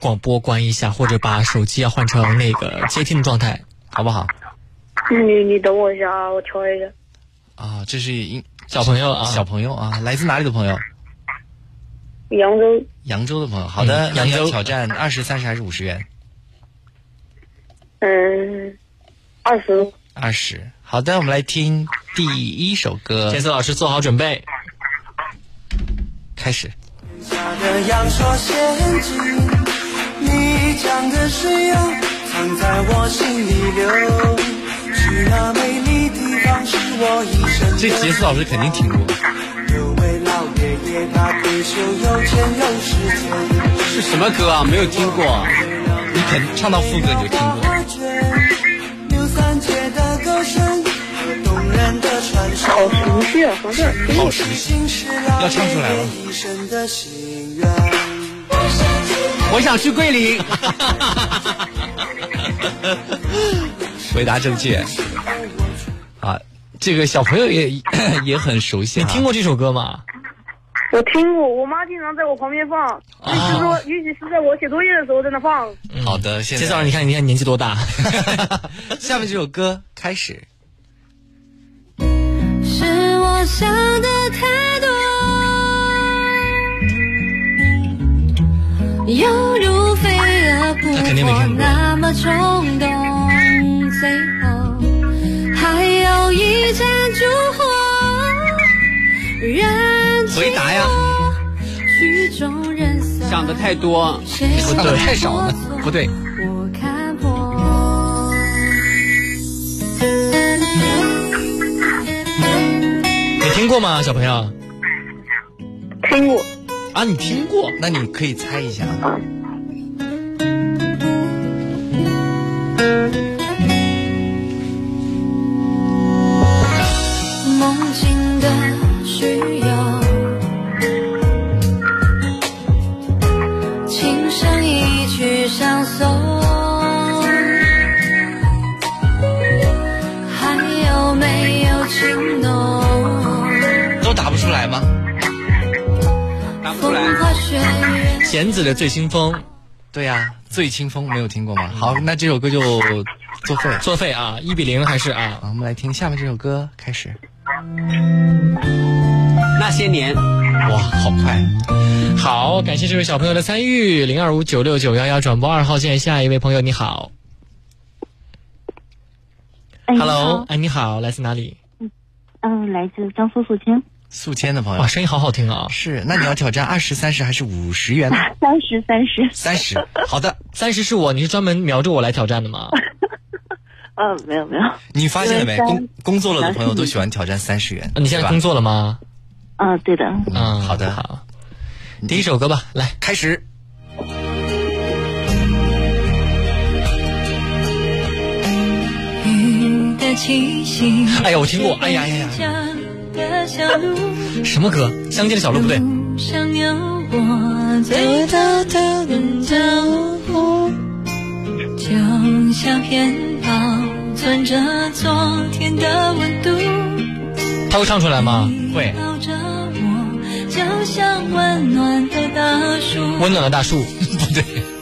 广播关一下，或者把手机啊要换成那个接听的状态，好不好？你你等我一下啊，我调一下。啊，这是一小朋友啊，小朋友啊，来自哪里的朋友？扬州扬州的朋友。好的，嗯扬州那你要挑战二十、三十还是五十元？嗯，二十二十。好的，我们来听第一首歌。杰斯老师做好准备，开始。的阳说陷阱，你讲的是有，藏在我心里留。去那美丽地方是我一生的这杰斯老师肯定听过，有位老爷爷他退休有钱有时间，是什么歌啊？没有听过，你肯唱到副歌你就听过。发觉刘三姐的歌声和动人的传说。好熟悉啊，好好熟悉，要唱出来了。一生的心愿。我想去桂林。回答正确。啊，这个小朋友也 也很熟悉、啊。你听过这首歌吗？我听过，我妈经常在我旁边放，尤其是说，尤其是在我写作业的时候在那放。好的，现杰斯老在师，你看你看年纪多 大？下面这首歌开始。是我想的太多，犹如飞蛾扑他肯定没火看过那么冲动，最后还有一盏烛火燃起回答呀我曲终人散，想的太多，不想对太少了不对，我看破。你听过吗，小朋友？听过。啊，你听过？那你可以猜一下。梦境的需要，轻声一曲相送，还有没有情浓？都答不出来吗？答不出风来。花雪月，弦子的《醉清风》，对呀、醉清风没有听过吗？好，那这首歌就作废。作废啊，一比零还是啊？好，我们来听下面这首歌开始。那些年，哇，好快！好，感谢这位小朋友的参与，零二五九六九幺幺转播二号线，下一位朋友你好哎你好，Hello，哎你好，来自哪里？嗯，来自江苏宿迁，宿迁的朋友，哇，声音好好听啊！哦是，那你要挑战二十、三十还是五十元呢？三十三十，三十，好的。三十是我，你是专门瞄着我来挑战的 吗？啊呃，没有没有，你发现了没？因为三工工作了的朋友都喜欢挑战三十元。哦你现在工作了吗？嗯、对的，嗯，好的好。第一首歌吧，来，开始。雨的气息。哎呀，我 听过，哎呀哎呀，呀，的小路什么歌？乡间的小路不对，上有我最早的人脚步，就像片保存着昨天的温度，他会唱出来吗？啊会，抱着我，就像温暖的大树，温暖的大树，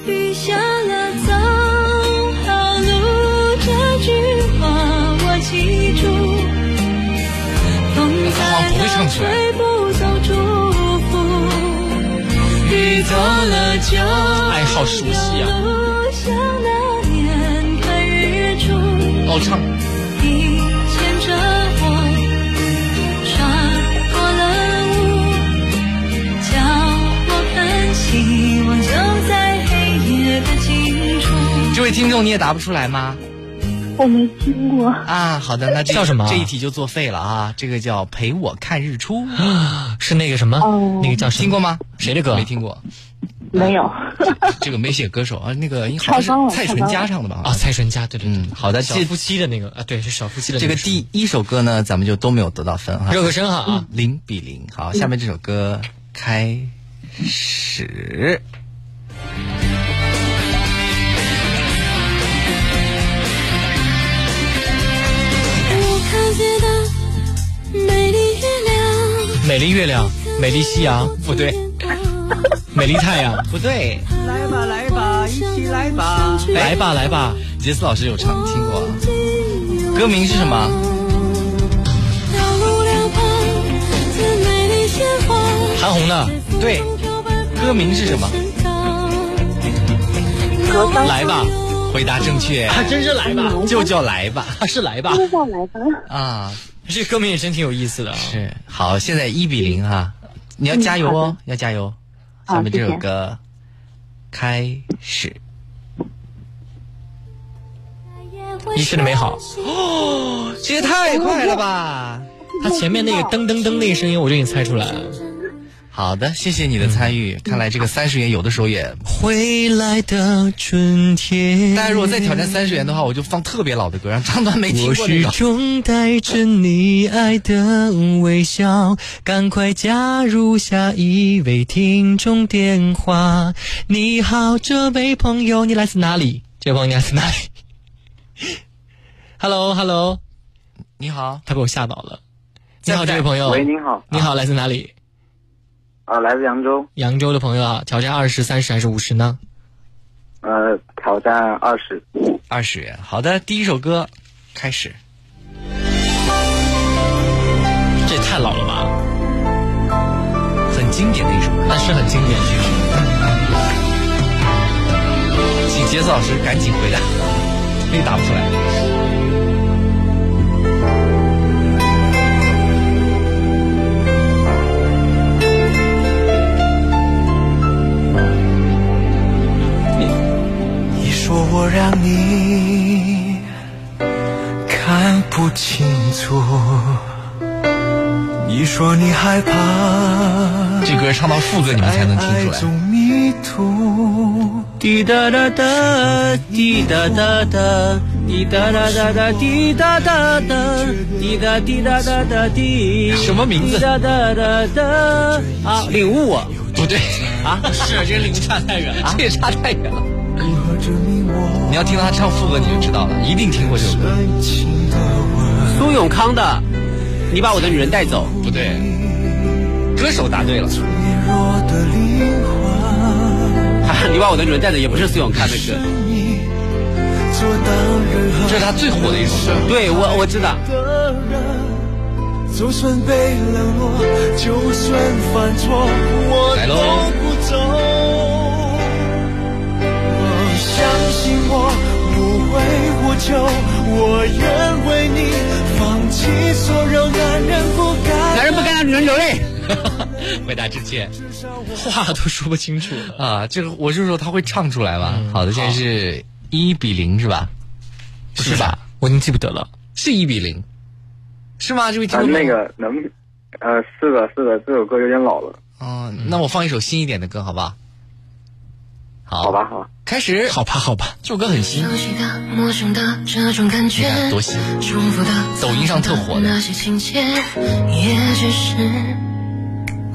雨下了走好唱出来。遇到了就哎，好熟悉啊！老唱。这位听众你也答不出来吗？我没听过。啊，好的，那这叫什么啊这一题就作废了啊！这个叫陪我看日出，是那个什么？那个叫什么听过吗？谁的歌？没听过，没有。这个没写歌手啊，那个你好像是蔡淳佳唱的吧？啊，蔡淳佳，对对对，嗯好的，小这夫妻的那个啊，对，是小夫妻的那这个首第一首歌呢，咱们就都没有得到分哈。热个身哈啊，零比零。好，下面这首歌开始。我看见的美丽月亮，美丽月亮，美丽夕阳，不对，美丽太阳，不对，来吧来吧，一起来吧。来吧来吧，杰斯老师有唱听过啊，歌名是什么？道路两旁，最美丽鲜花。韩红的，对，歌名是什么？来吧，回答正确，啊还真是来吧，就叫来吧啊，是来吧，来吧。啊！这歌名也真挺有意思的啊。是好，现在一比零哈，你要加油嗯好哦的，要加油。好下面这谢首谢歌开始，遗失的美好，哦，这也太快了吧！他前面那个噔噔噔那个声音，我就已经猜出来了。好的，谢谢你的参与。看来这个三十元有的时候也回来的春天，大家如果再挑战三十元的话，我就放特别老的歌，让张端没听我过那始个。终带着你爱的微笑，赶快加入下一位听众电话。你好，这位朋友，你来自哪里？这位朋友你来自哪里？Hello，Hello，你好，他被我吓倒了。你在不好，这在位朋友。喂您好你好，来自哪里？啊，来自扬州，扬州的朋友啊，挑战二十、三十还是五十呢？呃，挑战二十。二十元，好的，第一首歌开始。这也太老了吧！很经典的一首歌，但是很经典，确实。请杰斯老师赶紧回答，那个答不出来。你说我让你看不清楚，你说你害怕，这歌唱到副歌你们才能听出爱来。总迷途。滴答答答，滴答答答，滴答答答答，滴答答答，滴答滴答答答滴。什么名字滴答答答答啊！领悟我，不对啊，是这个领悟差太远了，这也差太远了。啊你要听到他唱副歌，你就知道了，一定听过这首歌。苏永康的《你把我的女人带走》。不对，歌手答对了。 你把我的女人带走也不是苏永康的歌，这是他最火的一首歌。对我我知道。就算被冷落，就算犯错，我来都喽不走。我相信我不会获救，我愿为你放弃所有男人不该。男人不该让女人流泪。回答正 确话都说不清楚了。啊，这个我就说他会唱出来吧。嗯好的，现在是一比零是吧？不是吧？我已经记不得了。是一比零，是吗？这位听啊，众、那个能，呃，是的，是的，这首歌有点老了。嗯，那我放一首新一点的歌，好吧？好，好吧，好，开始。好吧，好吧，这首歌很新，陌生的这种感你觉，看多新，重复的抖音上特火的。那些情节，也只是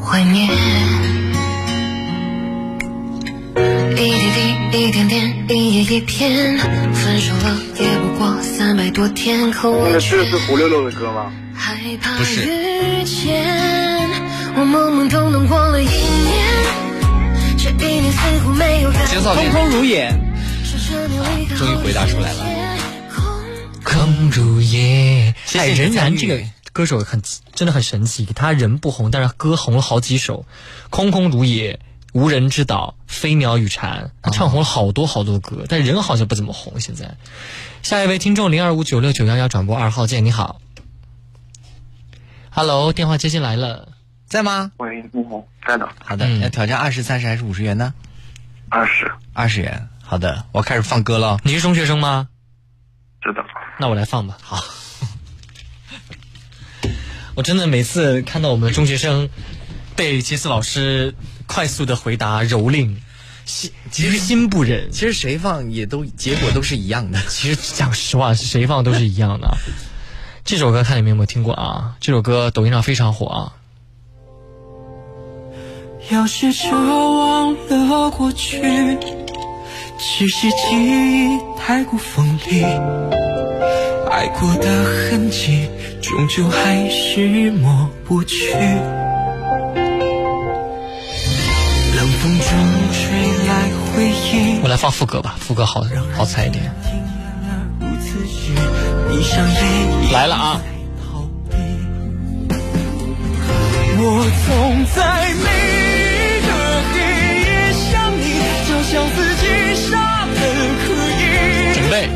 怀念。一滴滴，一点点，一夜一片，分手了也不过三百多天，可那我个却是是胡六六的歌吗？害怕遇见。我懵懵懂懂过了一年，这一年似乎没有改变。空空如也。终于回答出来了。空如也，谢谢哎，你仍然参与这个歌手很真的很神奇，他人不红，但是歌红了好几首，《空空如也》。无人知道，飞鸟与蝉，他哦唱红了好多好多歌，但人好像不怎么红。现在，下一位听众零二五九六九幺幺转播二号键，你好，Hello，电话接进来了，在吗？喂，你好，在的。好的，嗯要挑战呃二十、三十还是五十元呢？二十，二十元。好的，我开始放歌了。你是中学生吗？是的。那我来放吧。好， 我真的每次看到我们中学生被杰斯老师。快速的回答蹂躏，心其实心不忍。其实谁放也都结果都是一样的。 其实讲实话，谁放都是一样的。这首歌看你们有没有听过啊？这首歌抖音上非常火啊。有些时候忘了过去，只是记忆太过锋利，爱过的痕迹终究还是抹不去。风中吹来回忆。我来放副歌吧，副歌好好猜一点。来了啊！我总在每一个黑夜想你，就像自己傻的可以。准备。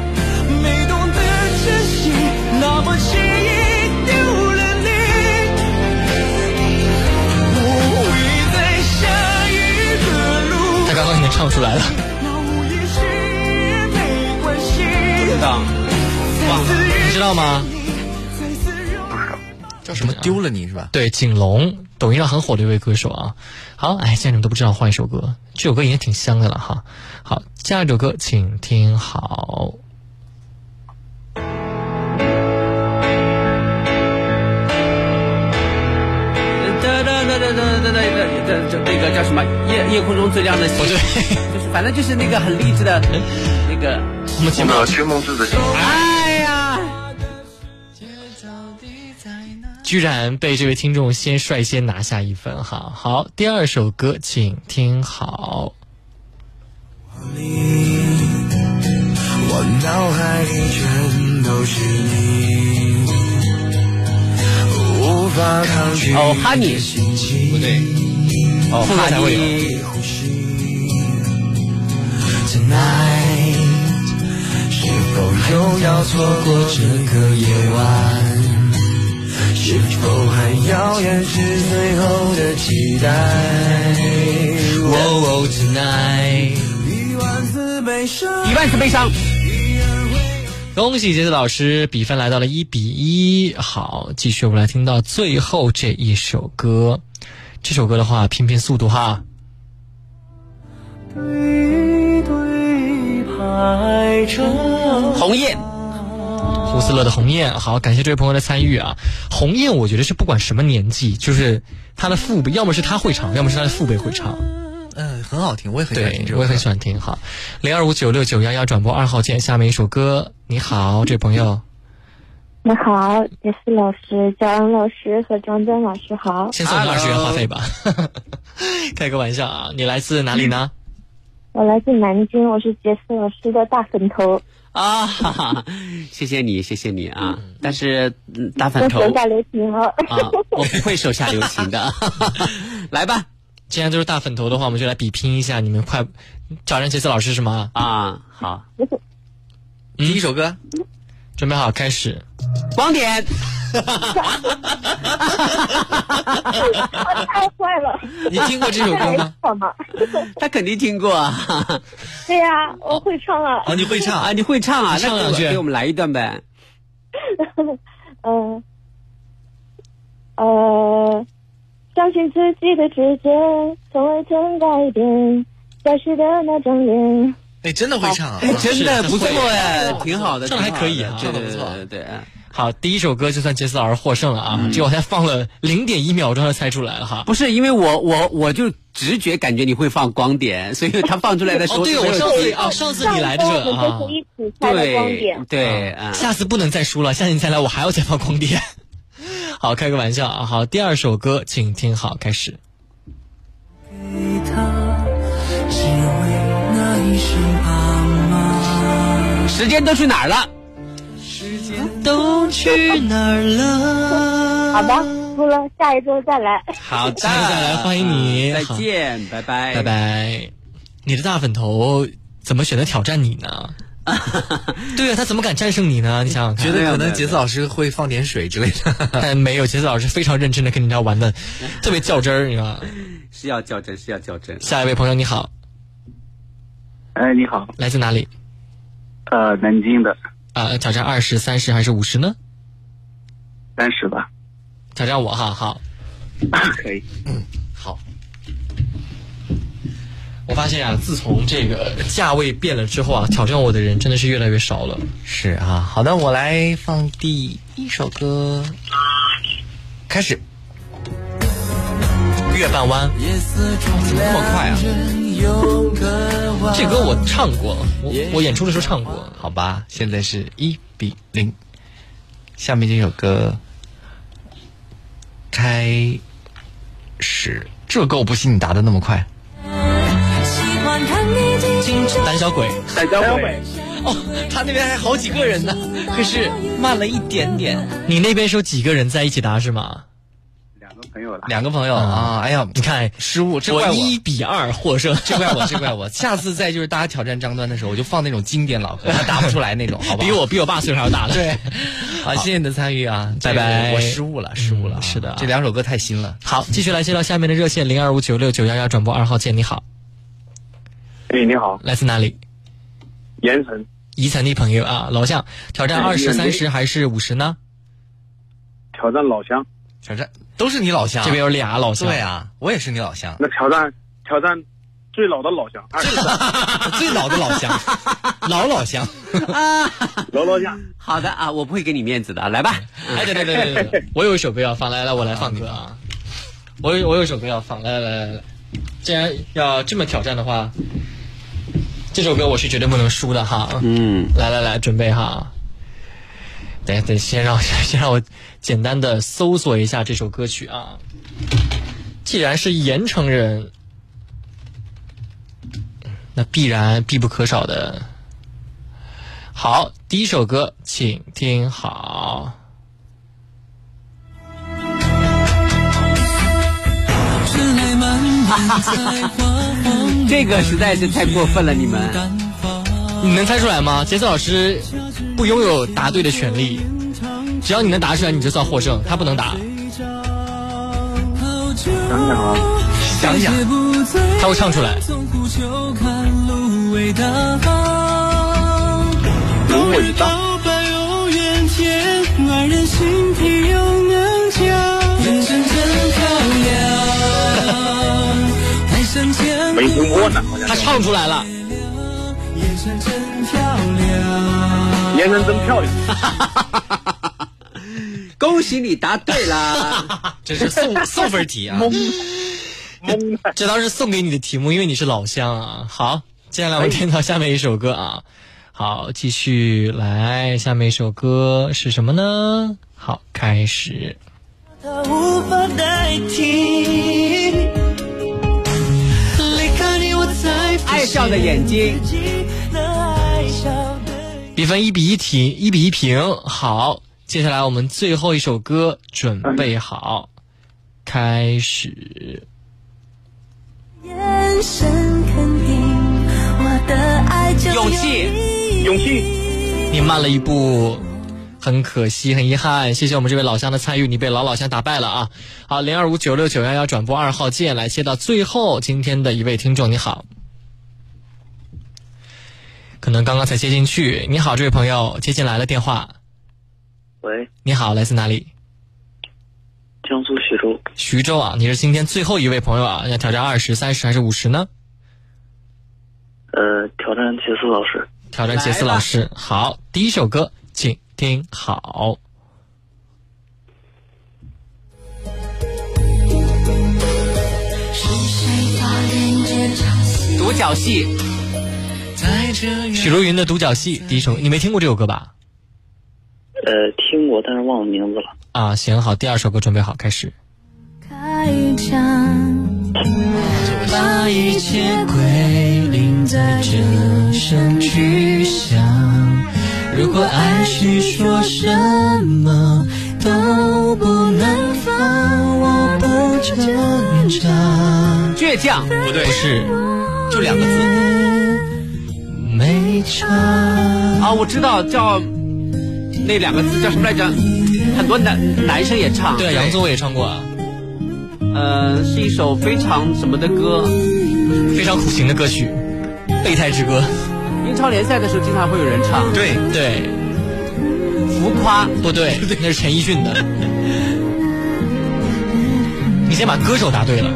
没懂得珍惜，那么轻易丢了 你。我会在下。他刚刚已经唱出来了。不知道，忘了，你知道吗？叫什么？丢了你是吧？对，景龙，抖音上很火的一位歌手啊。好，哎，现在你们都不知道，换一首歌。这首歌已经挺香的了哈。好，下一首歌，请听好。呃哒哒哒哒哒哒哒哒哒，那个叫什么？夜夜空中最亮的星。对，就是反正就是那个很励志的，那个。我们要追梦自己。哎呀！居然被这位听众先率先拿下一分哈。好，第二首歌，请听好。我脑海里全都是你，无法抗拒。哦哈尼不对，哦副歌才会有。Tonight，是否又要错过这个夜晚？是否还要掩饰最后的期待？哦哦，Tonight，一万次悲伤，一万次悲伤。恭喜杰子老师，比分来到了一比一。好，继续我们来听到最后这一首歌。这首歌的话，拼拼速度哈。对对排着。鸿雁，胡思乐的《鸿雁》。好，感谢这位朋友的参与啊。《鸿雁》我觉得是不管什么年纪，就是他的父辈，要么是他会唱，要么是他的父辈会唱。嗯，很好听，我也很喜欢对听这，我首歌。也很喜欢听。好，零二五九六九幺幺转播二号键，下面一首歌。你好，这位朋友。你好，杰斯老师、焦恩老师和张娟老师好。先送你二十元话费吧。 开个玩笑啊！你来自哪里呢？嗯我来自南京，我是杰斯老师的大粉头，啊，哈哈，谢谢你，谢谢你啊！但是嗯大都反头手下留 情哦。啊，我不会手下留情的。 来吧，既然都是大粉头的话，我们就来比拼一下，你们快找人杰斯老师是吗？啊，好，第一首歌，准备好开始。光点，太坏了！你听过这首歌 吗？好吗？他肯定听过啊！对呀、我会唱了。啊，你会唱啊，你会唱啊？你那给唱我两句给我们来一段呗。嗯，呃，相信自己的直觉，从未曾改变。消失的那张脸，哎，真的会唱啊！哎，真的不错哎，挺好的，唱得还挺好可以啊对唱得不对错对对。对好，第一首歌就算杰斯老师获胜了啊！这我才放了零点一秒钟，他就猜出来了哈。不是因为我我我就直觉感觉你会放光点，所以他放出来的时候哦，对，就没我有上提次啊，上次你来的时上次候我们啊就是，一起猜的光对点。对啊，下次不能再输了，下次你再来我还要再放光碟。 好，开个玩笑啊！好，第二首歌，请听好，开始。给他，只为那一声爸妈。时间都去哪儿了？时间都去哪儿了？好的，输了，下一周再来。好的，下次再来欢迎你，再好见，拜拜，拜。拜。你的大粉头怎么选择挑战你 呢？对啊，他怎么敢战胜你呢？你想想看，觉得可能杰斯老师会放点水之类 的，但没有，杰斯老师非常认真的跟人家玩 的，特别较真儿，你知道吗？是要较真，是要较真。下一位朋友你好，哎，你好，来自哪里？呃，南京的啊，挑战二十三十还是五十呢？三十吧，挑战我哈，好，嗯可以。好。我发现啊，自从这个价位变了之后啊，挑战我的人真的是越来越少了。是啊，好的，我来放第一首歌，开始。月半弯，怎么那么快啊？这歌我唱过，我我演出的时候唱过。好吧，现在是一比零。下面这首歌开始，这首歌我不信你答的那么快。喜欢看你紧张。胆小鬼，胆小鬼，哦，他那边还好几个人呢，可是慢了一点点。你那边是有几个人在一起答是吗？朋友了，两个朋友啊，哎呀，你看失误，这怪我我，一比二获胜，这怪我，这怪我。下次再就是大家挑战张端的时候，我就放那种经典老歌，他答不出来那种，好不 好？比我比我爸岁数还要大了。 对，好，谢谢你的参与啊，拜拜嗯这个我失误了，失误了，啊是的这两首歌太新了。好，继续来接到下面的热线零二五九六九幺幺转播二号键。你好，哎，你好，来自哪里？盐城宜城的朋友啊，老向挑战哎二宜十、城三十还是五十呢？挑战老乡，挑战都是你老啊乡，啊这边有俩老乡对啊，我也是你老乡，那挑战挑战最老的老乡，二十三，最老的老 乡，老老乡。老老乡，好的啊，我不会给你面子的，来吧。 哎，对对对对对对，我有一首歌要放，来来，我来放歌啊。我有我有一首歌要放，来来来来来，既然要这么挑战的话，这首歌我是绝对不能输的哈。嗯，来来来，准备哈。等一下，等一下先让 我先让我简单的搜索一下这首歌曲啊。既然是盐城人，那必然必不可少的。好，第一首歌，请听好。这个实在是太过分了，你们。你能猜出来吗？杰斯老师不拥有答对的权利，只要你能答出来，你就算获胜。他不能答，想想啊，想想，他会唱出来。如果你到没听过呢，好像他唱出来了，盐城真漂亮，恭喜你答对了，这是送送分题啊！这当时送给你的题目，因为你是老乡啊。好，接下来我们听到下面一首歌啊。好，继续来，下面一首歌是什么呢？好，开始。他无法代替。离开你，我才爱笑的眼睛。那爱笑的比分一比一平，一比一平。好，接下来我们最后一首歌，准备好，开始。眼神肯定我的爱就勇气，勇气，你慢了一步，很可惜，很遗憾。谢谢我们这位老乡的参与，你被老老乡打败了啊！好，零二五九六九幺幺转播二号键来接到最后今天的一位听众，你好。可能刚刚才接进去。你好，这位朋友，接进来了电话。喂，你好，来自哪里？江苏徐州徐州啊，你是今天最后一位朋友啊，要挑战二十三十还是五十呢？呃，挑战杰斯老师，挑战杰斯老师。好，第一首歌，请听好。独角戏，许茹芸的《独角戏》第一首，你没听过这首歌吧？呃，听过，但是忘了名字了。啊，行好，第二首歌准备好，开始。开场，把一切归零在这声巨响。如果爱是说什么，都都不能放，我不挣扎。倔强不对，不是，就两个字。没差啊，我知道叫那两个字叫什么来着？很多男男生也唱，对，杨宗纬也唱过啊。呃，是一首非常什么的歌，非常苦情的歌曲，《备胎之歌》。英超联赛的时候，经常会有人唱。对对，浮夸不对，那是陈奕迅的。你先把歌手答对了。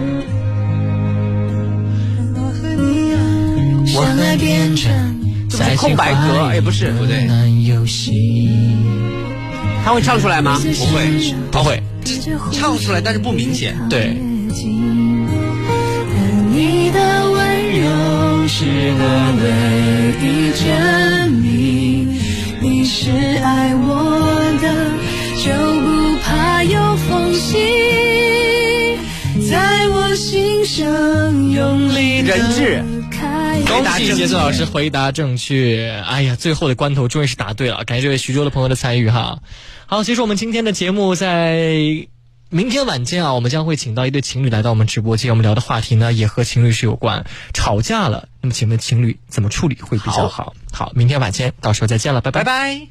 我和天真，这不是空白格，哎也不是，不对。他会唱出来吗？不会，不会，唱出来，但是不明显。对。你的温柔是我唯一证明，你是爱我的，就不怕有缝隙，在我心上用力的人质。开。恭喜杰森老师回答正确！哎呀，最后的关头终于是答对了，感谢这位徐州的朋友的参与哈。好，其实我们今天的节目在明天晚间啊，我们将会请到一对情侣来到我们直播间，我们聊的话题呢也和情侣是有关，吵架了，那么请问情侣怎么处理会比较好？好，明天晚间到时候再见了，拜拜拜。拜。